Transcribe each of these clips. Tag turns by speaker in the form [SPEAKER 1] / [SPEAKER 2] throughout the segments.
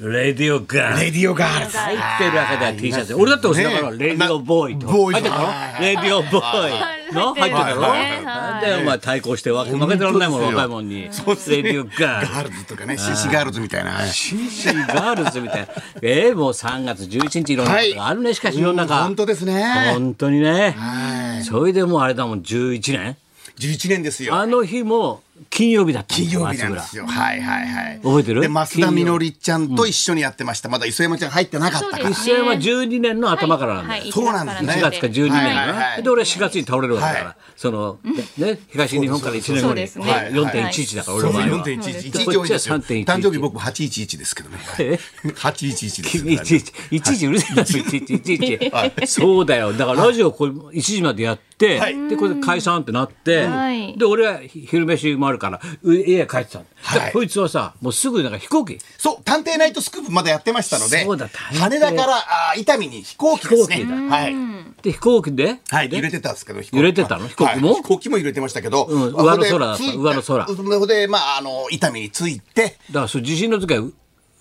[SPEAKER 1] レディオガール
[SPEAKER 2] レディオガールズ。
[SPEAKER 1] 入ってるわけだよ T シャツ俺だってお背中からレディオボーイとか
[SPEAKER 2] ボー
[SPEAKER 1] 入
[SPEAKER 2] イ
[SPEAKER 1] って
[SPEAKER 2] と
[SPEAKER 1] た
[SPEAKER 2] か
[SPEAKER 1] のレディオボーイの入ってたろ
[SPEAKER 2] はい
[SPEAKER 3] はい
[SPEAKER 1] なんだよお前対抗してわけ負けてらんないもん
[SPEAKER 2] 本当ですよ
[SPEAKER 1] 若いもんにレディオガ
[SPEAKER 2] ガ
[SPEAKER 1] ール
[SPEAKER 2] ールズとかね、シシガールズみたいな。はい
[SPEAKER 1] シーシーガールズみたいな えーもう3月11日いろんなことがあるねしかし世の
[SPEAKER 2] うん
[SPEAKER 1] 中
[SPEAKER 2] 本当ですね。
[SPEAKER 1] 本当にね
[SPEAKER 2] はい
[SPEAKER 1] それでもうあれだもん11年
[SPEAKER 2] 11年ですよ。
[SPEAKER 1] あの日も金曜日だった
[SPEAKER 2] 金曜日
[SPEAKER 1] 松
[SPEAKER 2] なんで
[SPEAKER 1] 村
[SPEAKER 2] すよ。はいはいはい。
[SPEAKER 1] 覚えてる
[SPEAKER 2] で、増田みのりちゃんと一緒にやってました。まだ磯山ちゃん入ってなかったか
[SPEAKER 3] そう
[SPEAKER 2] ら
[SPEAKER 3] で。
[SPEAKER 1] 一緒は12年の頭からなんだよ
[SPEAKER 3] はい
[SPEAKER 2] そうなんですね
[SPEAKER 1] 1月か12年
[SPEAKER 2] は
[SPEAKER 1] だ
[SPEAKER 2] いはいは
[SPEAKER 1] ないで俺は4月に倒れるわけだから、
[SPEAKER 2] はい
[SPEAKER 1] そのね東日本から1年
[SPEAKER 3] そ
[SPEAKER 1] 後
[SPEAKER 3] う
[SPEAKER 1] に
[SPEAKER 3] ですね
[SPEAKER 2] はい
[SPEAKER 1] 4.11だから俺の場合は
[SPEAKER 2] 4.11。
[SPEAKER 1] です
[SPEAKER 2] 11多いですよ
[SPEAKER 1] こっちは3.11
[SPEAKER 2] 誕生日僕811ですけどね。
[SPEAKER 1] え
[SPEAKER 2] 811です
[SPEAKER 1] いちいちいちいちうるせえな、いちいちいちいちそうだよだからラジオこれ1時までやって、
[SPEAKER 2] はい
[SPEAKER 1] でこれで解散ってなって、
[SPEAKER 3] はい
[SPEAKER 1] で俺は昼飯もあるからう家へ帰ってたの、
[SPEAKER 2] はい
[SPEAKER 1] だからこいつはさもうすぐなんか飛行機
[SPEAKER 2] そう、探偵ナイトスクープまだやってましたので、
[SPEAKER 1] そうだ
[SPEAKER 2] 羽田からあー伊丹に飛行機です
[SPEAKER 1] 飛
[SPEAKER 2] ね
[SPEAKER 1] 行。
[SPEAKER 2] はい。
[SPEAKER 1] で飛行機で、
[SPEAKER 2] はい、揺れてたんですけど、飛
[SPEAKER 1] 揺れてたの飛行機も
[SPEAKER 2] はい飛行機も揺れてましたけど、
[SPEAKER 1] うん
[SPEAKER 2] まあ
[SPEAKER 1] 上の空だった
[SPEAKER 2] それで
[SPEAKER 1] 上の空
[SPEAKER 2] 着いたそれで、まあ、あの、伊丹に着いて、
[SPEAKER 1] だからそれ地震の時は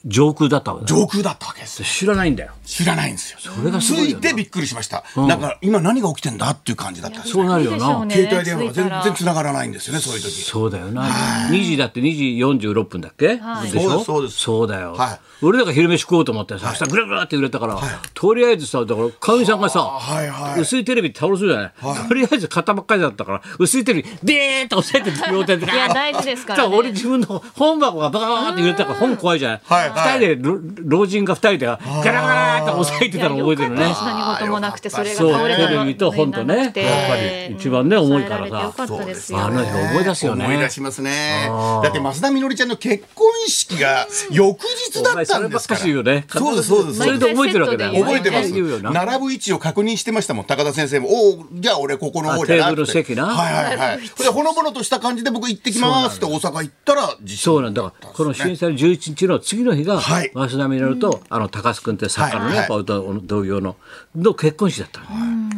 [SPEAKER 1] 上空だったわけだ
[SPEAKER 2] 上空だったわけですよ。
[SPEAKER 1] 知らないんだよ
[SPEAKER 2] 知らないんですよ。そ
[SPEAKER 1] れがすごいよな
[SPEAKER 2] 着いてびっくりしました。なんか、今何が起きてんだっていう感じだったんです
[SPEAKER 1] そうなるよな、
[SPEAKER 2] 携帯電話が全然
[SPEAKER 3] つ
[SPEAKER 2] 繋がらないんですよね、そういう時。
[SPEAKER 1] そうだよな。2時だって2時46分だっけ、
[SPEAKER 3] はい
[SPEAKER 1] でしょ
[SPEAKER 2] そうですそうです
[SPEAKER 1] そうだよ。
[SPEAKER 2] は
[SPEAKER 1] 俺らが昼飯食おうと思ってさ、そしたらぐらぐらって揺れたから、とりあえずさ、だから、かみさんがさ、
[SPEAKER 2] はいはい
[SPEAKER 1] 薄いテレビ倒れそうじゃない、とりあえず肩ばっかりだったから、薄いテレビ、でーっと押さえて両手で。い
[SPEAKER 3] いや大事ですからね
[SPEAKER 1] 俺自分の本箱がバカーンって揺れたから、本怖いじゃない、
[SPEAKER 2] はいはい
[SPEAKER 1] 二人で、老老人が二人で、ガラガラーって押さえてたの覚えてるね。
[SPEAKER 3] 何事もなくてそれが
[SPEAKER 1] そう
[SPEAKER 3] 倒れ
[SPEAKER 1] テ
[SPEAKER 3] た
[SPEAKER 1] レ
[SPEAKER 3] の
[SPEAKER 1] ビと本とね
[SPEAKER 3] なくて
[SPEAKER 1] やっぱり一番ね
[SPEAKER 3] うん
[SPEAKER 1] 重いからさ
[SPEAKER 3] 抑えられてよかったですよ
[SPEAKER 1] あの日思い出すよね。
[SPEAKER 2] 思い出しますね。だって、増田みのりちゃんの結婚式が翌日だったんですか
[SPEAKER 1] お前
[SPEAKER 2] ら。
[SPEAKER 1] そればっかし言うよね
[SPEAKER 2] そうです、そうです。
[SPEAKER 1] それで覚えてるわけだよ。
[SPEAKER 2] 覚えてます
[SPEAKER 1] 言うよな。
[SPEAKER 2] 並ぶ位置を確認してましたもん高田先生も「おおじゃあ俺ここの方じゃ
[SPEAKER 1] あ
[SPEAKER 2] な
[SPEAKER 1] テーブル
[SPEAKER 2] って
[SPEAKER 1] 席な
[SPEAKER 2] はいはいはいそれでほのぼのとした感じで僕行ってきますって大阪行ったら地震
[SPEAKER 1] そうなんだからこの震災の11日の次の日が
[SPEAKER 2] はい
[SPEAKER 1] 増田みのるとあの高須君って作家の
[SPEAKER 2] は
[SPEAKER 1] ね
[SPEAKER 2] い
[SPEAKER 1] やっぱ歌の同業のの結婚式だった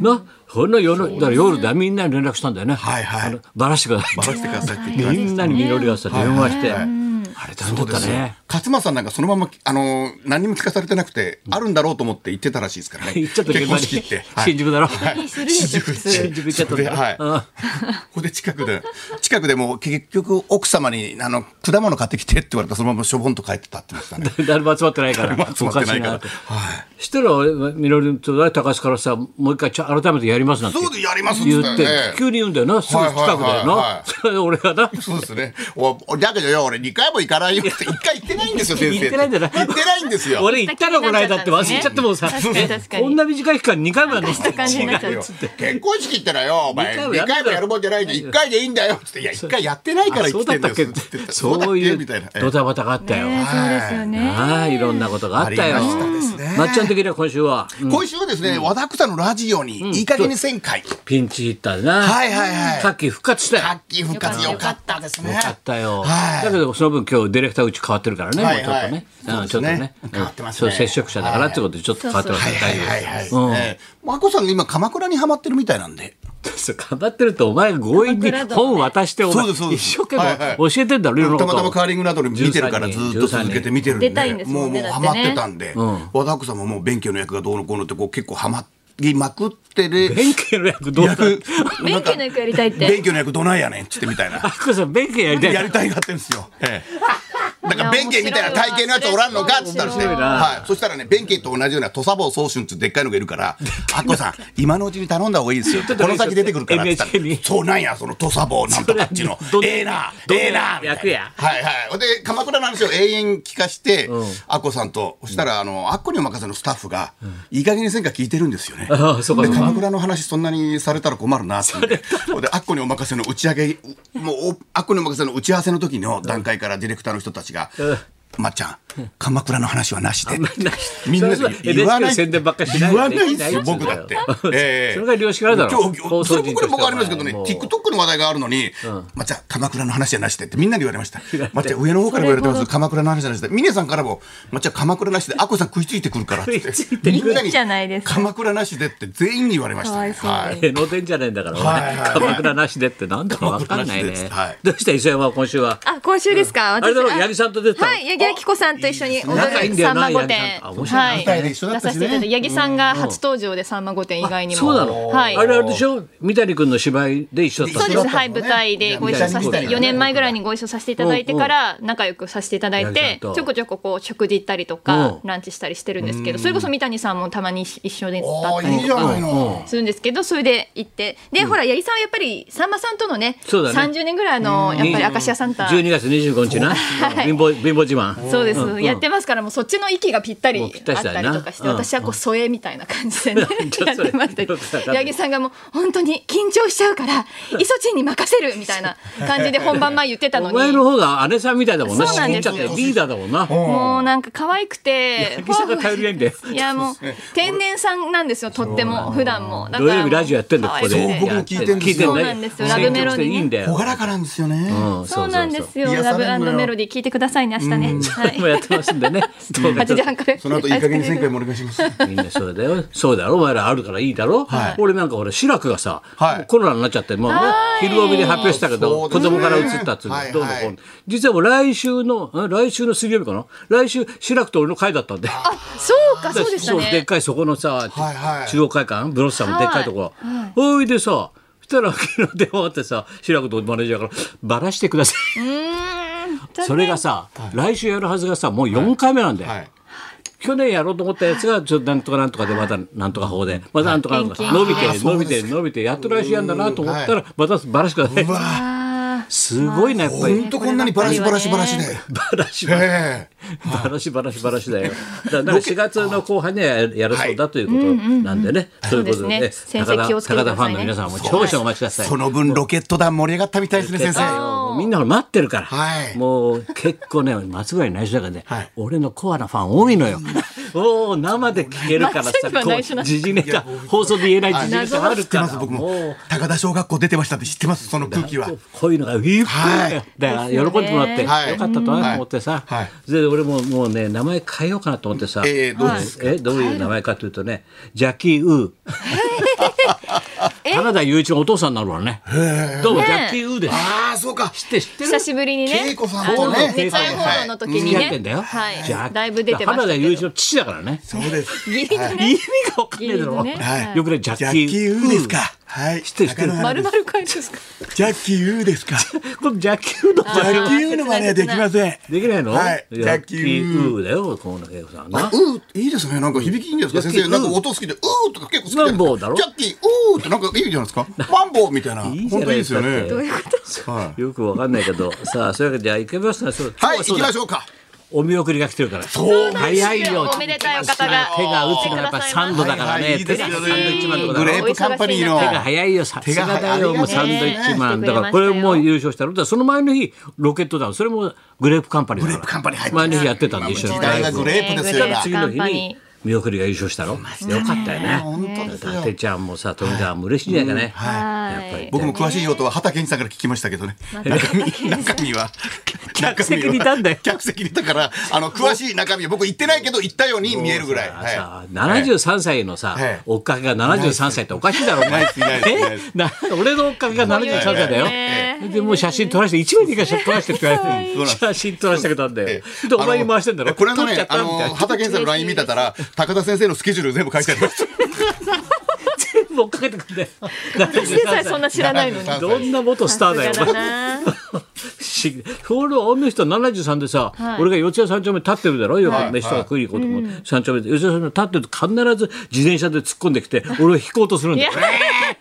[SPEAKER 1] のなほんの夜だから夜だみんなに連絡したんだよね
[SPEAKER 2] はいは
[SPEAKER 1] あ
[SPEAKER 2] い
[SPEAKER 1] のバラしてください
[SPEAKER 2] バラしてくださいって言って
[SPEAKER 1] みんなにみのりがさ電話してあれ大変だったね
[SPEAKER 2] 勝間さんなんかそのままあのー何にも聞かされてなくてあるんだろうと思って行ってたらしいですから ね
[SPEAKER 1] 行っちゃった
[SPEAKER 2] 結
[SPEAKER 1] 現場
[SPEAKER 2] 婚
[SPEAKER 1] に
[SPEAKER 2] 式って
[SPEAKER 1] 新宿だろ
[SPEAKER 2] はい
[SPEAKER 3] するでしょ
[SPEAKER 2] 新宿行って
[SPEAKER 1] 新宿行っちゃったんだ
[SPEAKER 2] それではいここで近くで近くでもう結局奥様にあの果物買ってきてって言われたらそのまましょぼんと帰ってたって言ってましたね
[SPEAKER 1] 誰も集まってないから
[SPEAKER 2] 集まってないから
[SPEAKER 1] おしな
[SPEAKER 2] はい
[SPEAKER 1] そしたら俺みのりと高須からさもう一回ちゃ改めてやりますなんて
[SPEAKER 2] そうでやりますっつ
[SPEAKER 1] 言
[SPEAKER 2] っ
[SPEAKER 1] ってて急に言うんだよなすぐ近くだよ
[SPEAKER 2] はいはいはいは
[SPEAKER 1] ない それで俺がな
[SPEAKER 2] そうですね。お、おだけどよ、俺2回も行かないよって、1回行ってないんですよ、先生。
[SPEAKER 1] 行ってないんだな
[SPEAKER 2] 行ってないんですよ。
[SPEAKER 1] 俺行ったのこの間って忘れちゃってもうさ、
[SPEAKER 3] 確かに確かに
[SPEAKER 1] こんな短い期間2回もやんの
[SPEAKER 3] した感じになっちゃう
[SPEAKER 2] 結婚式行ったらよ、お前、
[SPEAKER 1] 二回も
[SPEAKER 2] 2
[SPEAKER 1] やるから
[SPEAKER 2] 回もやるもんじゃないで、1回でいいんだよって、いや、1回やってないから
[SPEAKER 1] あ
[SPEAKER 2] 生
[SPEAKER 1] そう
[SPEAKER 2] き
[SPEAKER 1] だ
[SPEAKER 2] て
[SPEAKER 1] っ
[SPEAKER 2] ん
[SPEAKER 1] た
[SPEAKER 2] で
[SPEAKER 1] っけ
[SPEAKER 2] すって言って
[SPEAKER 1] そうい
[SPEAKER 2] みたいな
[SPEAKER 1] う。ドタバタがあったよ、
[SPEAKER 3] ねそうですよね
[SPEAKER 1] ああいろんなことがあったよ
[SPEAKER 2] ありましたですね
[SPEAKER 1] まっちゃん的には今週は、うん
[SPEAKER 2] 今週はですね、和田草のラジオに、いい加減に1000回。
[SPEAKER 1] ピンチヒッターでな、
[SPEAKER 2] はいはいはい
[SPEAKER 1] さっき復活したよ
[SPEAKER 2] 活気復活よかったですね。よ
[SPEAKER 1] あったよ、
[SPEAKER 2] はい
[SPEAKER 1] だけどその分今日ディレクターうち変わってるからね、
[SPEAKER 2] はい
[SPEAKER 1] もうちょっとね、
[SPEAKER 2] はい
[SPEAKER 1] うんちょっとね
[SPEAKER 2] そうですね変わってます
[SPEAKER 1] そ
[SPEAKER 2] ね
[SPEAKER 1] う接触者だからってことでちょっと変わってます
[SPEAKER 2] はい
[SPEAKER 1] ね
[SPEAKER 2] はい
[SPEAKER 1] 大
[SPEAKER 2] はい
[SPEAKER 1] 丈夫
[SPEAKER 2] はい。ええまこさんが今、鎌倉にハマってるみたいなんで。
[SPEAKER 1] うんそう頑張ってるとお前が強引に本渡してお
[SPEAKER 2] そう
[SPEAKER 1] 前
[SPEAKER 2] ですそうで
[SPEAKER 1] 一
[SPEAKER 2] す
[SPEAKER 1] 生懸
[SPEAKER 2] はいは
[SPEAKER 1] 命
[SPEAKER 2] い
[SPEAKER 1] 教えてんだろいろんな
[SPEAKER 2] た
[SPEAKER 1] こ
[SPEAKER 2] またまカ
[SPEAKER 1] と
[SPEAKER 2] ーリングなどで見てるからずっと続けて見てるん
[SPEAKER 3] 13人出たいんですもんね
[SPEAKER 2] もうもう
[SPEAKER 3] だ
[SPEAKER 2] ハマ
[SPEAKER 3] ってね
[SPEAKER 2] ってたんで、和田アクさんももう勉強の役がどうのこうのってこう結構ハマりまくってる
[SPEAKER 1] 弁慶の役どうだった
[SPEAKER 2] 役
[SPEAKER 3] 勉強の役やりたいって
[SPEAKER 2] 勉強の役どないやねんっつってみたいな
[SPEAKER 1] あっこさん弁慶やりたい
[SPEAKER 2] やりたいがってんですよ、ええだから弁慶みたいな体型のやつおらんのかっつったらして、
[SPEAKER 3] 面白いな
[SPEAKER 2] はい、そしたらね弁慶と同じような土佐坊宗春っていうでっかいのがいるから「アッコさん今のうちに頼んだ方がいいですよ」ってこの先出てくるからっつったら
[SPEAKER 1] NHK に
[SPEAKER 2] そうなんやその土佐坊なんとかっちの
[SPEAKER 1] それどん
[SPEAKER 2] ええな
[SPEAKER 1] どん
[SPEAKER 2] ええな」みた
[SPEAKER 1] 役
[SPEAKER 2] い
[SPEAKER 1] や
[SPEAKER 2] なはいはいほんで鎌倉の話を永遠聞かして、アッコさんとそしたらあのアッコにお任せのスタッフが「いい加減にせんか聞いてるんですよね」
[SPEAKER 1] ああそうか
[SPEAKER 2] で
[SPEAKER 1] そうか
[SPEAKER 2] 鎌倉の話そんなにされたら困るなってんでで「アッコにお任せ」の打ち上げもうおアッコにお任せの打ち合わせの時の段階からディレクターの人たちが
[SPEAKER 1] うん
[SPEAKER 2] 「まっちゃん鎌倉の話はなしで」みんなで
[SPEAKER 1] そうそう
[SPEAKER 2] 言わない
[SPEAKER 1] NHK 宣伝ばっかりしない
[SPEAKER 2] 言わないですよ
[SPEAKER 1] できない
[SPEAKER 2] 僕だって
[SPEAKER 1] うん それが良識あるだろ
[SPEAKER 2] 今日今日それもこれ僕ありますけどね
[SPEAKER 1] もう
[SPEAKER 2] TikTok の話題があるのに「まっちゃん鎌倉の話はなしで」ってみんなに言われ ました「まっちゃん上の方からも言われてます鎌倉の話はなしで」峰さんからも「まっちゃん鎌倉なしでアッコさん食いついてくるから」って
[SPEAKER 1] 食いついてくる
[SPEAKER 2] みんない
[SPEAKER 3] いじゃないで
[SPEAKER 2] に
[SPEAKER 3] すか
[SPEAKER 2] 鎌倉なしでって全員に言われましたね
[SPEAKER 3] かわいそうに
[SPEAKER 2] はい
[SPEAKER 1] 江ノ電じゃねえんだから、
[SPEAKER 2] はいはいはい
[SPEAKER 1] 鎌倉なしでってなんだかわかんない
[SPEAKER 2] 鎌倉なしで
[SPEAKER 1] ね
[SPEAKER 2] ですはい
[SPEAKER 1] どうした磯山は今週は
[SPEAKER 3] あ今週ですか、
[SPEAKER 1] あれだろ八木さんと出てた
[SPEAKER 3] はい八木亜希子さんと一緒に踊
[SPEAKER 1] 仲いいん
[SPEAKER 3] る
[SPEAKER 1] だよ
[SPEAKER 3] さん
[SPEAKER 1] な
[SPEAKER 3] ま御
[SPEAKER 1] やり
[SPEAKER 3] 殿
[SPEAKER 1] たいあ面白いな
[SPEAKER 3] はい
[SPEAKER 2] 二人で一緒だ
[SPEAKER 3] 出
[SPEAKER 2] ったしね
[SPEAKER 3] させていただいて八木さんが初登場でさんま御殿以外にも
[SPEAKER 1] そうなの、
[SPEAKER 3] はい
[SPEAKER 1] あれあれでしょ三谷君の芝居で一緒だった
[SPEAKER 3] そ
[SPEAKER 1] んで
[SPEAKER 3] うで
[SPEAKER 1] しょ
[SPEAKER 3] すはい舞台でご一緒させて4年前ぐらいにご一緒させていただいてから仲良くさせていただいてちょこちょここう食事行ったりとか
[SPEAKER 1] うん
[SPEAKER 3] ランチしたりしてるんですけどそれこそ三谷さんもたまに一緒でだ
[SPEAKER 2] あ
[SPEAKER 3] っ
[SPEAKER 2] あ
[SPEAKER 3] たり
[SPEAKER 2] いいじゃない
[SPEAKER 1] うん
[SPEAKER 2] の。
[SPEAKER 3] するんですけどそれで行ってでほら八木さんはやっぱりさんまさんとのね
[SPEAKER 1] そうだね
[SPEAKER 3] 30年ぐらいのやっぱり明石家サンタ
[SPEAKER 1] 12月25日な貧乏貧乏自慢
[SPEAKER 3] そうです、
[SPEAKER 1] ん
[SPEAKER 3] やってますからもうそっちの息がぴったり
[SPEAKER 1] も
[SPEAKER 3] あ
[SPEAKER 1] うぴったり
[SPEAKER 3] っ
[SPEAKER 1] だよ
[SPEAKER 3] た
[SPEAKER 1] な
[SPEAKER 3] りとかして、
[SPEAKER 1] うん
[SPEAKER 3] 私はこう添えみたいな感じでね
[SPEAKER 1] ちょ
[SPEAKER 3] や
[SPEAKER 1] っ
[SPEAKER 3] っ
[SPEAKER 1] と
[SPEAKER 3] てましたけど
[SPEAKER 1] よくわかんない
[SPEAKER 3] 八木さんがもう本当に緊張しちゃうからイソチンに任せるみたいな感じで本番前言ってた の
[SPEAKER 1] お前の
[SPEAKER 3] に。
[SPEAKER 1] 方が姉さんみたいだもんな
[SPEAKER 3] そうなん
[SPEAKER 1] ち
[SPEAKER 3] で
[SPEAKER 1] っ
[SPEAKER 3] す
[SPEAKER 1] ちゃ
[SPEAKER 3] よ
[SPEAKER 1] ってリーダーだもんな
[SPEAKER 3] もうなんか可愛くて、
[SPEAKER 1] 八木さんが頼りないんだよ
[SPEAKER 3] い やもう天然さんなんですよ、とっても普段も。だから
[SPEAKER 1] 土曜日ラジオやってんだここで
[SPEAKER 3] 可愛く
[SPEAKER 2] そう僕
[SPEAKER 3] て
[SPEAKER 2] も聞いてんですよ
[SPEAKER 3] そうなんですよラブメロディーね
[SPEAKER 1] いいんだ
[SPEAKER 2] 朗
[SPEAKER 1] よ
[SPEAKER 2] らかなんですよね。
[SPEAKER 1] うん
[SPEAKER 3] そうなんですよ、
[SPEAKER 2] そうそうそう
[SPEAKER 3] ラブメロディー聞いてくださいね、明日ね。 はい
[SPEAKER 1] 今やってますんでねどうか
[SPEAKER 3] 8
[SPEAKER 1] ちょっ
[SPEAKER 3] 時
[SPEAKER 1] と
[SPEAKER 3] 半から。
[SPEAKER 2] その後いい加減に旋回もお願いします。
[SPEAKER 1] みんなそうだよ。そうだろ。お前らあるからいいだろ。
[SPEAKER 2] はい
[SPEAKER 1] 俺なんか俺、志らくがさ、
[SPEAKER 2] はい
[SPEAKER 1] コロナになっちゃって、もうね
[SPEAKER 3] は、い
[SPEAKER 1] 昼帯で発表したけど、
[SPEAKER 2] そ
[SPEAKER 1] 子
[SPEAKER 2] うですね
[SPEAKER 1] 供から移ったっつうの
[SPEAKER 2] はい
[SPEAKER 1] どうの
[SPEAKER 2] はい
[SPEAKER 1] こうの実はもう来週の、ん来週の水曜日かな来週、志らくと俺の会だったんで。
[SPEAKER 3] あ、そうか、そうでした
[SPEAKER 1] でっ
[SPEAKER 3] ね。
[SPEAKER 1] かいそこのさ、
[SPEAKER 2] はいはい
[SPEAKER 1] 中央会館ブロッサムのでっかいところ、おいでさそしたら昨日電話あってさ白子とマネージャーから「バラしてください」それがさ、来週やるはずがさもう4回目なんだよ、
[SPEAKER 2] はい。
[SPEAKER 1] 去年やろうと思ったやつがちょっとなんとかなんとかでまたなんとか法でまたなんとかなんとか
[SPEAKER 3] はい
[SPEAKER 1] 伸びて
[SPEAKER 2] あそ
[SPEAKER 1] 伸
[SPEAKER 2] う
[SPEAKER 1] び
[SPEAKER 2] で
[SPEAKER 1] て
[SPEAKER 2] す
[SPEAKER 1] 伸びてやっと来週やんだなと思った
[SPEAKER 2] は
[SPEAKER 1] らまたバラしてください
[SPEAKER 2] わあ
[SPEAKER 3] あー
[SPEAKER 1] すごいなやっぱり
[SPEAKER 2] 本当こんなにバラシバラシバラシで。
[SPEAKER 1] バラし
[SPEAKER 2] ええ。
[SPEAKER 1] バラシバラシバラシだよ。だからなんか4月の後半にはやるそうだということなんでね。ということでね、
[SPEAKER 3] そうですね先
[SPEAKER 1] 高
[SPEAKER 3] 生
[SPEAKER 1] 田
[SPEAKER 3] 気をつけて
[SPEAKER 1] 高
[SPEAKER 3] く
[SPEAKER 1] 田
[SPEAKER 3] だ
[SPEAKER 1] ファ
[SPEAKER 3] さ
[SPEAKER 1] ン
[SPEAKER 3] いね
[SPEAKER 1] の皆さんも少々お待ちください。
[SPEAKER 2] その分ロケット弾盛り上がったみたいですね先生。
[SPEAKER 1] もうみんなほら待ってるから、
[SPEAKER 2] はい
[SPEAKER 1] もう結構ね松村に内緒だからね、
[SPEAKER 2] はい
[SPEAKER 1] 俺のコアなファン多いのよ。おお生で聞けるからさ
[SPEAKER 3] 松村には内緒
[SPEAKER 1] こ
[SPEAKER 3] な
[SPEAKER 1] うん
[SPEAKER 3] だ
[SPEAKER 1] 時事ネタ放送で言えない時事ネタある
[SPEAKER 2] 知って
[SPEAKER 1] か
[SPEAKER 2] ます
[SPEAKER 1] ら
[SPEAKER 2] 僕
[SPEAKER 1] もう
[SPEAKER 2] も高田小学校出てましたって知ってますその空気は。
[SPEAKER 1] こういうのがいっぱいあるよだから
[SPEAKER 3] です
[SPEAKER 1] 喜
[SPEAKER 3] よね
[SPEAKER 1] んでもらって、
[SPEAKER 2] はい
[SPEAKER 1] よかったとなと思ってさ、
[SPEAKER 2] はい
[SPEAKER 1] で俺ももうね名前変えようかなと思ってさ、
[SPEAKER 2] ええどうです
[SPEAKER 1] えどういう名前かというとねジャッキー・ウー原田雄一のお父さんになるわねどうも
[SPEAKER 3] ね
[SPEAKER 1] ジ
[SPEAKER 3] え
[SPEAKER 1] ャッキー・ウーです
[SPEAKER 2] ああそうか。
[SPEAKER 1] 知って知ってる
[SPEAKER 3] 久しぶりにね
[SPEAKER 2] 恵子さん
[SPEAKER 3] あ
[SPEAKER 2] と
[SPEAKER 3] の
[SPEAKER 2] ね
[SPEAKER 3] 熱愛報道の時に
[SPEAKER 1] 付き合って
[SPEAKER 3] ね
[SPEAKER 1] んだよ、ジャッ
[SPEAKER 3] は
[SPEAKER 1] キ
[SPEAKER 3] いだいぶ出てました
[SPEAKER 1] 原田
[SPEAKER 3] け
[SPEAKER 1] 雄一
[SPEAKER 3] ど
[SPEAKER 1] の父だからね
[SPEAKER 2] そうです。
[SPEAKER 3] 義理のね
[SPEAKER 1] 意味が分かんないだろ、
[SPEAKER 3] 義理のね
[SPEAKER 2] はい
[SPEAKER 1] よくねジャッ
[SPEAKER 2] ジャ
[SPEAKER 1] キ
[SPEAKER 2] ッ
[SPEAKER 1] ー・
[SPEAKER 2] キーウーですか。はい。知
[SPEAKER 1] ってる知ってる
[SPEAKER 3] 丸々返すんですか
[SPEAKER 2] ジャッキーウーですか。ジ
[SPEAKER 1] このジャッキー・ウーの
[SPEAKER 2] ャッキーウーの真似はできません。
[SPEAKER 1] できないの、
[SPEAKER 2] はい
[SPEAKER 1] ジャッキー・
[SPEAKER 2] ジャッキー
[SPEAKER 1] ウーだよこの恵子さんが
[SPEAKER 2] あうーいいですね。なんか響きいいんですか
[SPEAKER 1] ジャッ
[SPEAKER 2] 先
[SPEAKER 1] キー
[SPEAKER 2] 生。なんか音好きで、うーとか結構好きじゃな
[SPEAKER 1] マ
[SPEAKER 2] いですか
[SPEAKER 1] ンボウだろ
[SPEAKER 2] ジャッキー、うーってなんかいいじゃないで すか。マンボウみたいな。
[SPEAKER 1] いい
[SPEAKER 2] 本
[SPEAKER 1] じ
[SPEAKER 2] 当
[SPEAKER 1] ゃないい
[SPEAKER 2] いで
[SPEAKER 1] ですす
[SPEAKER 2] よ
[SPEAKER 1] か
[SPEAKER 2] ね。
[SPEAKER 1] って
[SPEAKER 2] は
[SPEAKER 1] よくわかんないけど、 さあ、そういうわけで、じゃあ、行けますか、そう
[SPEAKER 2] い。はい、
[SPEAKER 1] 今日そ
[SPEAKER 2] 行
[SPEAKER 1] う
[SPEAKER 2] き
[SPEAKER 1] だ
[SPEAKER 2] ましょうか。
[SPEAKER 1] お見送りが来てるから。
[SPEAKER 2] そうだ
[SPEAKER 1] 早いよ。
[SPEAKER 3] おめでたいお方が
[SPEAKER 1] 手が打つのはやっぱサンドだから
[SPEAKER 2] はいは
[SPEAKER 1] ね。
[SPEAKER 2] いいい
[SPEAKER 1] 手
[SPEAKER 2] で
[SPEAKER 1] が
[SPEAKER 2] すよ
[SPEAKER 1] サ
[SPEAKER 2] ね
[SPEAKER 1] ンドイッチマンとか
[SPEAKER 2] グ
[SPEAKER 1] だ
[SPEAKER 2] レ
[SPEAKER 1] ろ
[SPEAKER 2] ープカンパニーの
[SPEAKER 1] 手が早いよ、さすがだよ、もう
[SPEAKER 2] 手
[SPEAKER 1] サ
[SPEAKER 2] が
[SPEAKER 1] ンドイ
[SPEAKER 2] 早い
[SPEAKER 1] ッチマン。
[SPEAKER 3] ね
[SPEAKER 1] だからこれも優勝したの。だからその前の日、ロケットダウン、それもグレープカンパニーだから
[SPEAKER 2] グレープカンパニー入ってま
[SPEAKER 1] 前
[SPEAKER 2] す
[SPEAKER 1] の日やってたんで、一緒に
[SPEAKER 2] 時代がグレープですよ
[SPEAKER 3] グレープ
[SPEAKER 1] 次の日
[SPEAKER 3] カンパ
[SPEAKER 1] に
[SPEAKER 3] ニ
[SPEAKER 1] 見送りが優勝したの。よかったよね。
[SPEAKER 2] 本当ですよ
[SPEAKER 1] 伊達ちゃんもさ、富澤も嬉しいんじゃないかね。
[SPEAKER 3] ー
[SPEAKER 1] やっぱ
[SPEAKER 3] は
[SPEAKER 1] り
[SPEAKER 3] い
[SPEAKER 2] 僕も詳しいよとは畑健二さんから聞きましたけどね。中身、 中身は。
[SPEAKER 1] 客席にいたんだよ
[SPEAKER 2] 客席にいたから、あの、詳しい中身は僕言ってないけど、言ったように見えるぐらい。
[SPEAKER 1] さ
[SPEAKER 2] は
[SPEAKER 1] あ
[SPEAKER 2] い。
[SPEAKER 1] 73歳のさ、
[SPEAKER 2] はい
[SPEAKER 1] 追っかけが73歳っておかしいだろう
[SPEAKER 2] ナ
[SPEAKER 1] ね
[SPEAKER 2] イスナイスナイス
[SPEAKER 1] え な俺の追っかけが73歳だよ、
[SPEAKER 3] ね
[SPEAKER 1] でもう写真撮らせて一枚でいいから撮らせてって言われて
[SPEAKER 2] そうなんです
[SPEAKER 1] 写真撮らせてくれたんだよでお前に回してんだ
[SPEAKER 2] あ
[SPEAKER 1] ろ
[SPEAKER 2] のこれの
[SPEAKER 1] 撮っちゃ
[SPEAKER 2] ね
[SPEAKER 1] っ、
[SPEAKER 2] あ
[SPEAKER 1] たみたい
[SPEAKER 2] の、
[SPEAKER 1] な
[SPEAKER 2] 畑健二さんの LINE 見てたら、高田先生のスケジュール全部書いてありました。
[SPEAKER 1] 全部追っかけてくん だよ
[SPEAKER 3] 私でさえそんな知らな いのに
[SPEAKER 2] 73歳
[SPEAKER 1] どんな元スターだよ
[SPEAKER 3] さすがだな
[SPEAKER 1] しこれあの人73でさ、
[SPEAKER 3] はい
[SPEAKER 1] 俺が四谷三丁目立ってるだろよ、飯とか食いに行こうと思って、三丁目で四谷三丁目立ってると必ず自転車で突っ込んできて俺を引こうとするんだよ。えー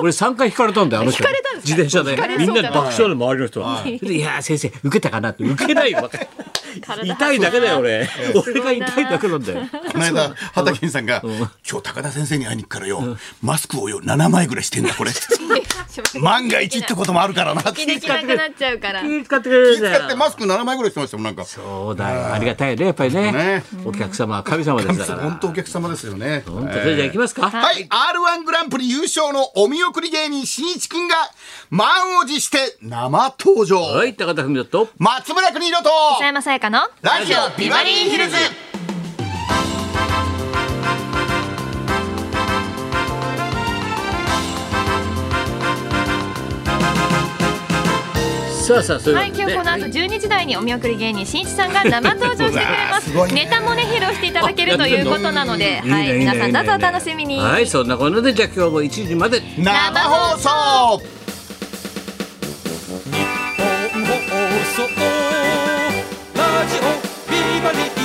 [SPEAKER 1] 俺3回引かれたんだよあの人
[SPEAKER 3] 引かれたんです
[SPEAKER 1] 自
[SPEAKER 3] か
[SPEAKER 1] 転車で
[SPEAKER 3] 引かれそ
[SPEAKER 1] み
[SPEAKER 3] うんだ
[SPEAKER 1] な
[SPEAKER 3] な
[SPEAKER 1] で爆笑の周りの人は、それでいやー先生受けたかなって受けないよ 痛いだけだよ俺俺が痛いだけなんだよ
[SPEAKER 2] この間、畑健二さんが、今日高田先生に会いに行くからよ、マスクをよ、7枚ぐらいして んだ、これ。万が一ってこともあるからな。
[SPEAKER 3] 気できなくなっちゃうから
[SPEAKER 1] 気使ってくれるんだ
[SPEAKER 2] 使って
[SPEAKER 1] よ
[SPEAKER 2] マスク7枚ぐらいしてましたもん、なんか。
[SPEAKER 1] そうだよありがたいよねやっぱりね
[SPEAKER 2] ね
[SPEAKER 1] お客様は神様ですだから
[SPEAKER 2] 本当お客様ですよね。
[SPEAKER 1] 本当それじゃあ行きますか、
[SPEAKER 2] はい、R1 グランプリ優勝のお見送り芸人しんいちくんが満を持して生登場。
[SPEAKER 1] はい高田文夫と
[SPEAKER 2] 松村邦洋と
[SPEAKER 3] 北山さやかの
[SPEAKER 2] ラジオビバリーヒルズ。
[SPEAKER 1] さあさあそういう
[SPEAKER 4] はい、今日この後12時台にお見送り芸人しんいちさんが生登場してくれま
[SPEAKER 2] うわすごい
[SPEAKER 4] す。
[SPEAKER 2] ね
[SPEAKER 4] ネタもね披露していただけるということなので、
[SPEAKER 1] いいね
[SPEAKER 4] はい
[SPEAKER 1] いね
[SPEAKER 4] 皆さん
[SPEAKER 1] いいね
[SPEAKER 4] どうぞお楽しみに。
[SPEAKER 1] はいそんなこんなでじゃあ今日も1時まで
[SPEAKER 2] 生放送
[SPEAKER 5] 日本放送ラジオビバリー